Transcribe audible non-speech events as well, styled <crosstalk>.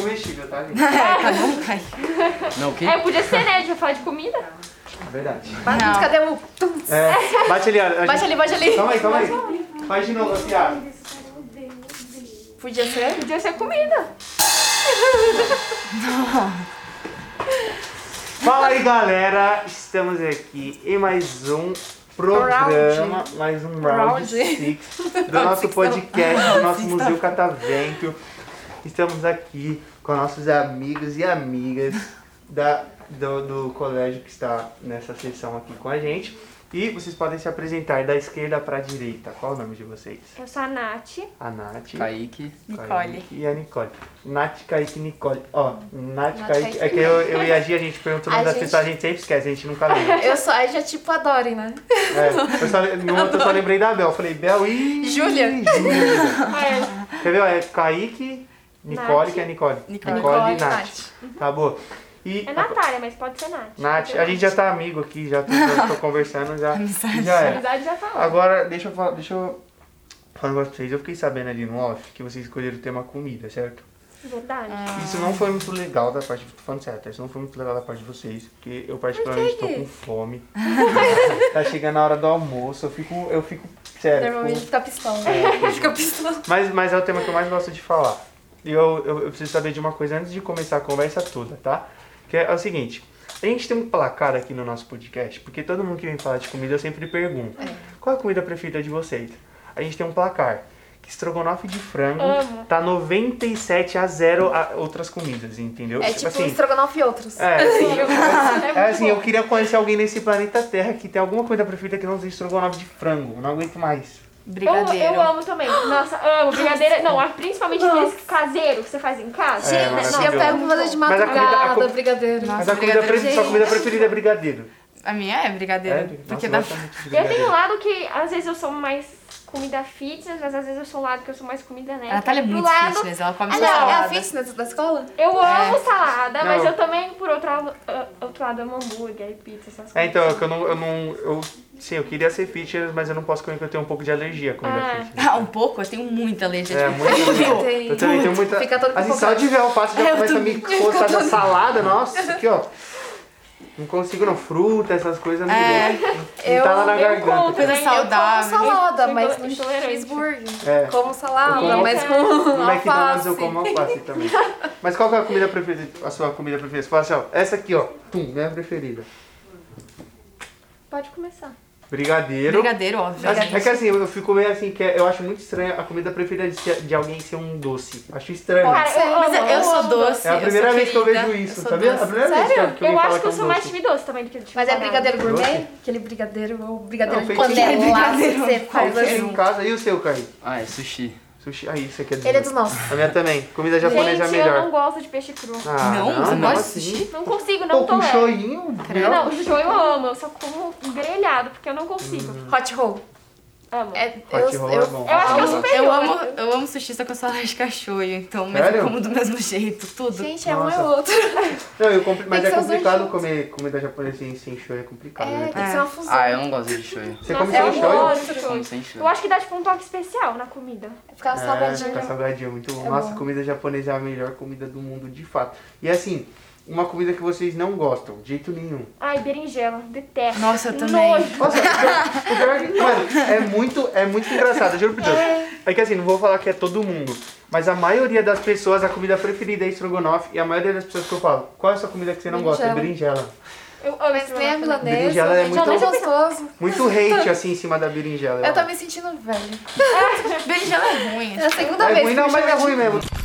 vai. tá bom, Kai. Não, que? É, podia ser, né? A gente vai falar de comida. <laughs> Verdade. Bate, Não. cadê o... É, bate ali, olha. Bate ali, bate ali. Calma aí, calma aí. Faz de novo, assim, ó. Podia ser? Podia ser comida. Fala aí, galera. Estamos aqui em mais um programa, mais um round <laughs> Round. então. 6 do nosso podcast, do nosso Museu Catavento. Estamos aqui com nossos amigos e amigas da, do, do colégio que está nessa sessão aqui com a gente. E vocês podem se apresentar da esquerda para direita. Qual o nome de vocês? Eu sou a Nath. A Nath. Kaique. Kaique Nicole. E a Nicole. Nath, Kaique e Nicole. Ó, Nath, Nath, Kaique. É que eu, eu e a Gia, a gente pergunta o nome A das gente- pessoas, a gente sempre esquece, a gente nunca <laughs> lembra. Eu só, já tipo adorem, né? É, eu só, no outro eu só lembrei da Bel. Eu falei, Bel e. Júlia. Júlia. Ah, É, Quer ver? ó, É Kaique, Nicole, Nath. que é Nicole. Nicole. e Nath. Tá bom. E. é Natália, mas pode ser Nath. Nath, a gente já tá amigo aqui, já tô, já tô conversando, já, Amizade. já A é. amizade já falou. Agora, deixa eu falar, deixa eu falar um negócio pra vocês. Eu fiquei sabendo ali no off que vocês escolheram o tema comida, certo? Verdade. É. Isso não foi muito legal da parte. Tô falando sério, tá? isso não foi muito legal da parte de vocês, porque eu particularmente tô com fome. tá chegando a hora do almoço, eu fico. Eu fico. Sério. Normalmente fico- fica pistola. tipo, É. Fica pistola. Mas, mas é o tema que eu mais gosto de falar. E eu, eu, eu preciso saber de uma coisa antes de começar a conversa toda, tá? Que é, o seguinte. A gente tem um placar aqui no nosso podcast, porque todo mundo que vem falar de comida eu sempre pergunto. Qual é a comida preferida de vocês? A gente tem um placar. Que estrogonofe de frango Amo. tá 97 a 0 a outras comidas, entendeu? É tipo estrogonofe e outros. assim, É, assim, eu- É é assim, muito eu queria conhecer alguém nesse planeta Terra que tem alguma coisa preferida que não seja estrogonofe de frango. Não aguento mais. bom. eu, Brigadeiro. eu amo também. Nossa, amo. Brigadeira. Não, a- principalmente aqueles caseiros que você faz em casa. É, Não, Gente, eu maravilhoso. pego pra fazer de Mas a comida- a madrugada, com- brigadeiro. Mas a comida brigadeiro, pre- sua comida preferida é brigadeiro. A minha é brigadeiro. É? porque Nossa, eu dá gosto muito de Eu brigadeiro. tenho um lado que às vezes eu sou mais comida fitness, mas às vezes eu sou um lado que eu sou mais comida né. A Natália é Do muito lado, fitness, né? ela come Ah, só não, é a salada. fitness da escola? Eu amo salada, mas É. Não. eu também, por outro lado, ah, outro lado, amo hambúrguer e pizza, essas coisas. É, então, é que eu não, eu não. Eu. Sim, eu queria ser fitness, mas eu não posso comer porque eu tenho um pouco de alergia à comida Ah. fitness. Ah, um pouco, eu tenho muita alergia. É, tipo, muito legal. Tem. Eu também tenho muita. Fica todo assim, só empolgado. de ver o passo já É, eu começa a tô- me coçar da salada, nossa, aqui ó. Não consigo não, fruta, essas coisas, não, É. não tá lá na eu garganta. conto. Coisa Também eu Como saudável. salada, Sou mas intol- no intolerante. cheeseburger. É. Como Eu salada, como- mas com No McDonald's eu alface. como alface também. Mas qual que é a comida preferida? A sua comida preferida? Você fala assim, ó, essa aqui, ó. Pum, minha preferida. Pode começar. Brigadeiro. Brigadeiro, óbvio. Assim, É que assim, eu fico meio assim, que eu acho muito estranho a comida preferida de, ser- de alguém ser um doce. Acho estranho. Cara, eu, Mas eu, amo, eu sou amo doce. é a primeira sou vez que eu querida, vejo isso, sou tá vendo? É A doce. primeira vez que Sério? eu- que Eu alguém fala acho que é eu um sou mais tipo doce. timidoce também do que de Mas é salada. brigadeiro gourmet? Doce? Aquele brigadeiro ou brigadeiro Não, de foi brigadeiro. panela que você faz Qual que é em assim. casa? E o seu, Kaique? Ah, é sushi. Sushi. Aí, isso aqui é dos Ele é meus. dos nossos. A minha também. Comida japonesa Gente, é a melhor. eu não gosto de peixe cru. Ah, Não, você não gosta de assim. sushi? Não consigo, não Pô, com tolero. shoyu, Não, o shoyu eu amo, eu só como grelhado, porque eu não consigo. Hot roll. Amo. É, Hot eu, roll eu, é bom. eu acho que eu Nossa. sou superior. Eu amo, eu amo sushi, só que eu sou alérgica a shoyu, então, mas Sério? eu como do mesmo <laughs> jeito, tudo. Gente, é um Nossa. é outro. Não, eu compre- mas Tem é que ser os complicado dois comer comida japonesa sem, sem shoyu, é complicado, É, né? tem que ser uma fusão. Ah, eu não gosto de shoyu. Você Nossa, come eu sem shoyu? adoro shoyu. Como sem shoyu. Eu acho que dá tipo um toque especial na comida. Ficava É, salgadinho. fica salgadinho, muito bom. É Nossa, bom. comida japonesa é a melhor comida do mundo, de fato. E assim, uma comida que vocês não gostam, de jeito nenhum. Ai, berinjela, detesto. Nossa, eu também. Nojo. Nossa, o pior- o pior é que, mano, é muito, é muito engraçado, juro por Deus. É que assim, não vou falar que é todo mundo, mas a maioria das pessoas, a comida preferida é estrogonofe, e a maioria das pessoas que eu falo, qual é a sua comida que você não gosta? É berinjela. Eu amo Mas esse nem a negócio. milanesa, Berinjela é gente, muito- tão gostoso. Muito hate, assim, em cima da berinjela. Eu acho. tô me sentindo velha. Berinjela é ruim. É a segunda É vez ruim, que não, me mas é chamam de- ruim mesmo.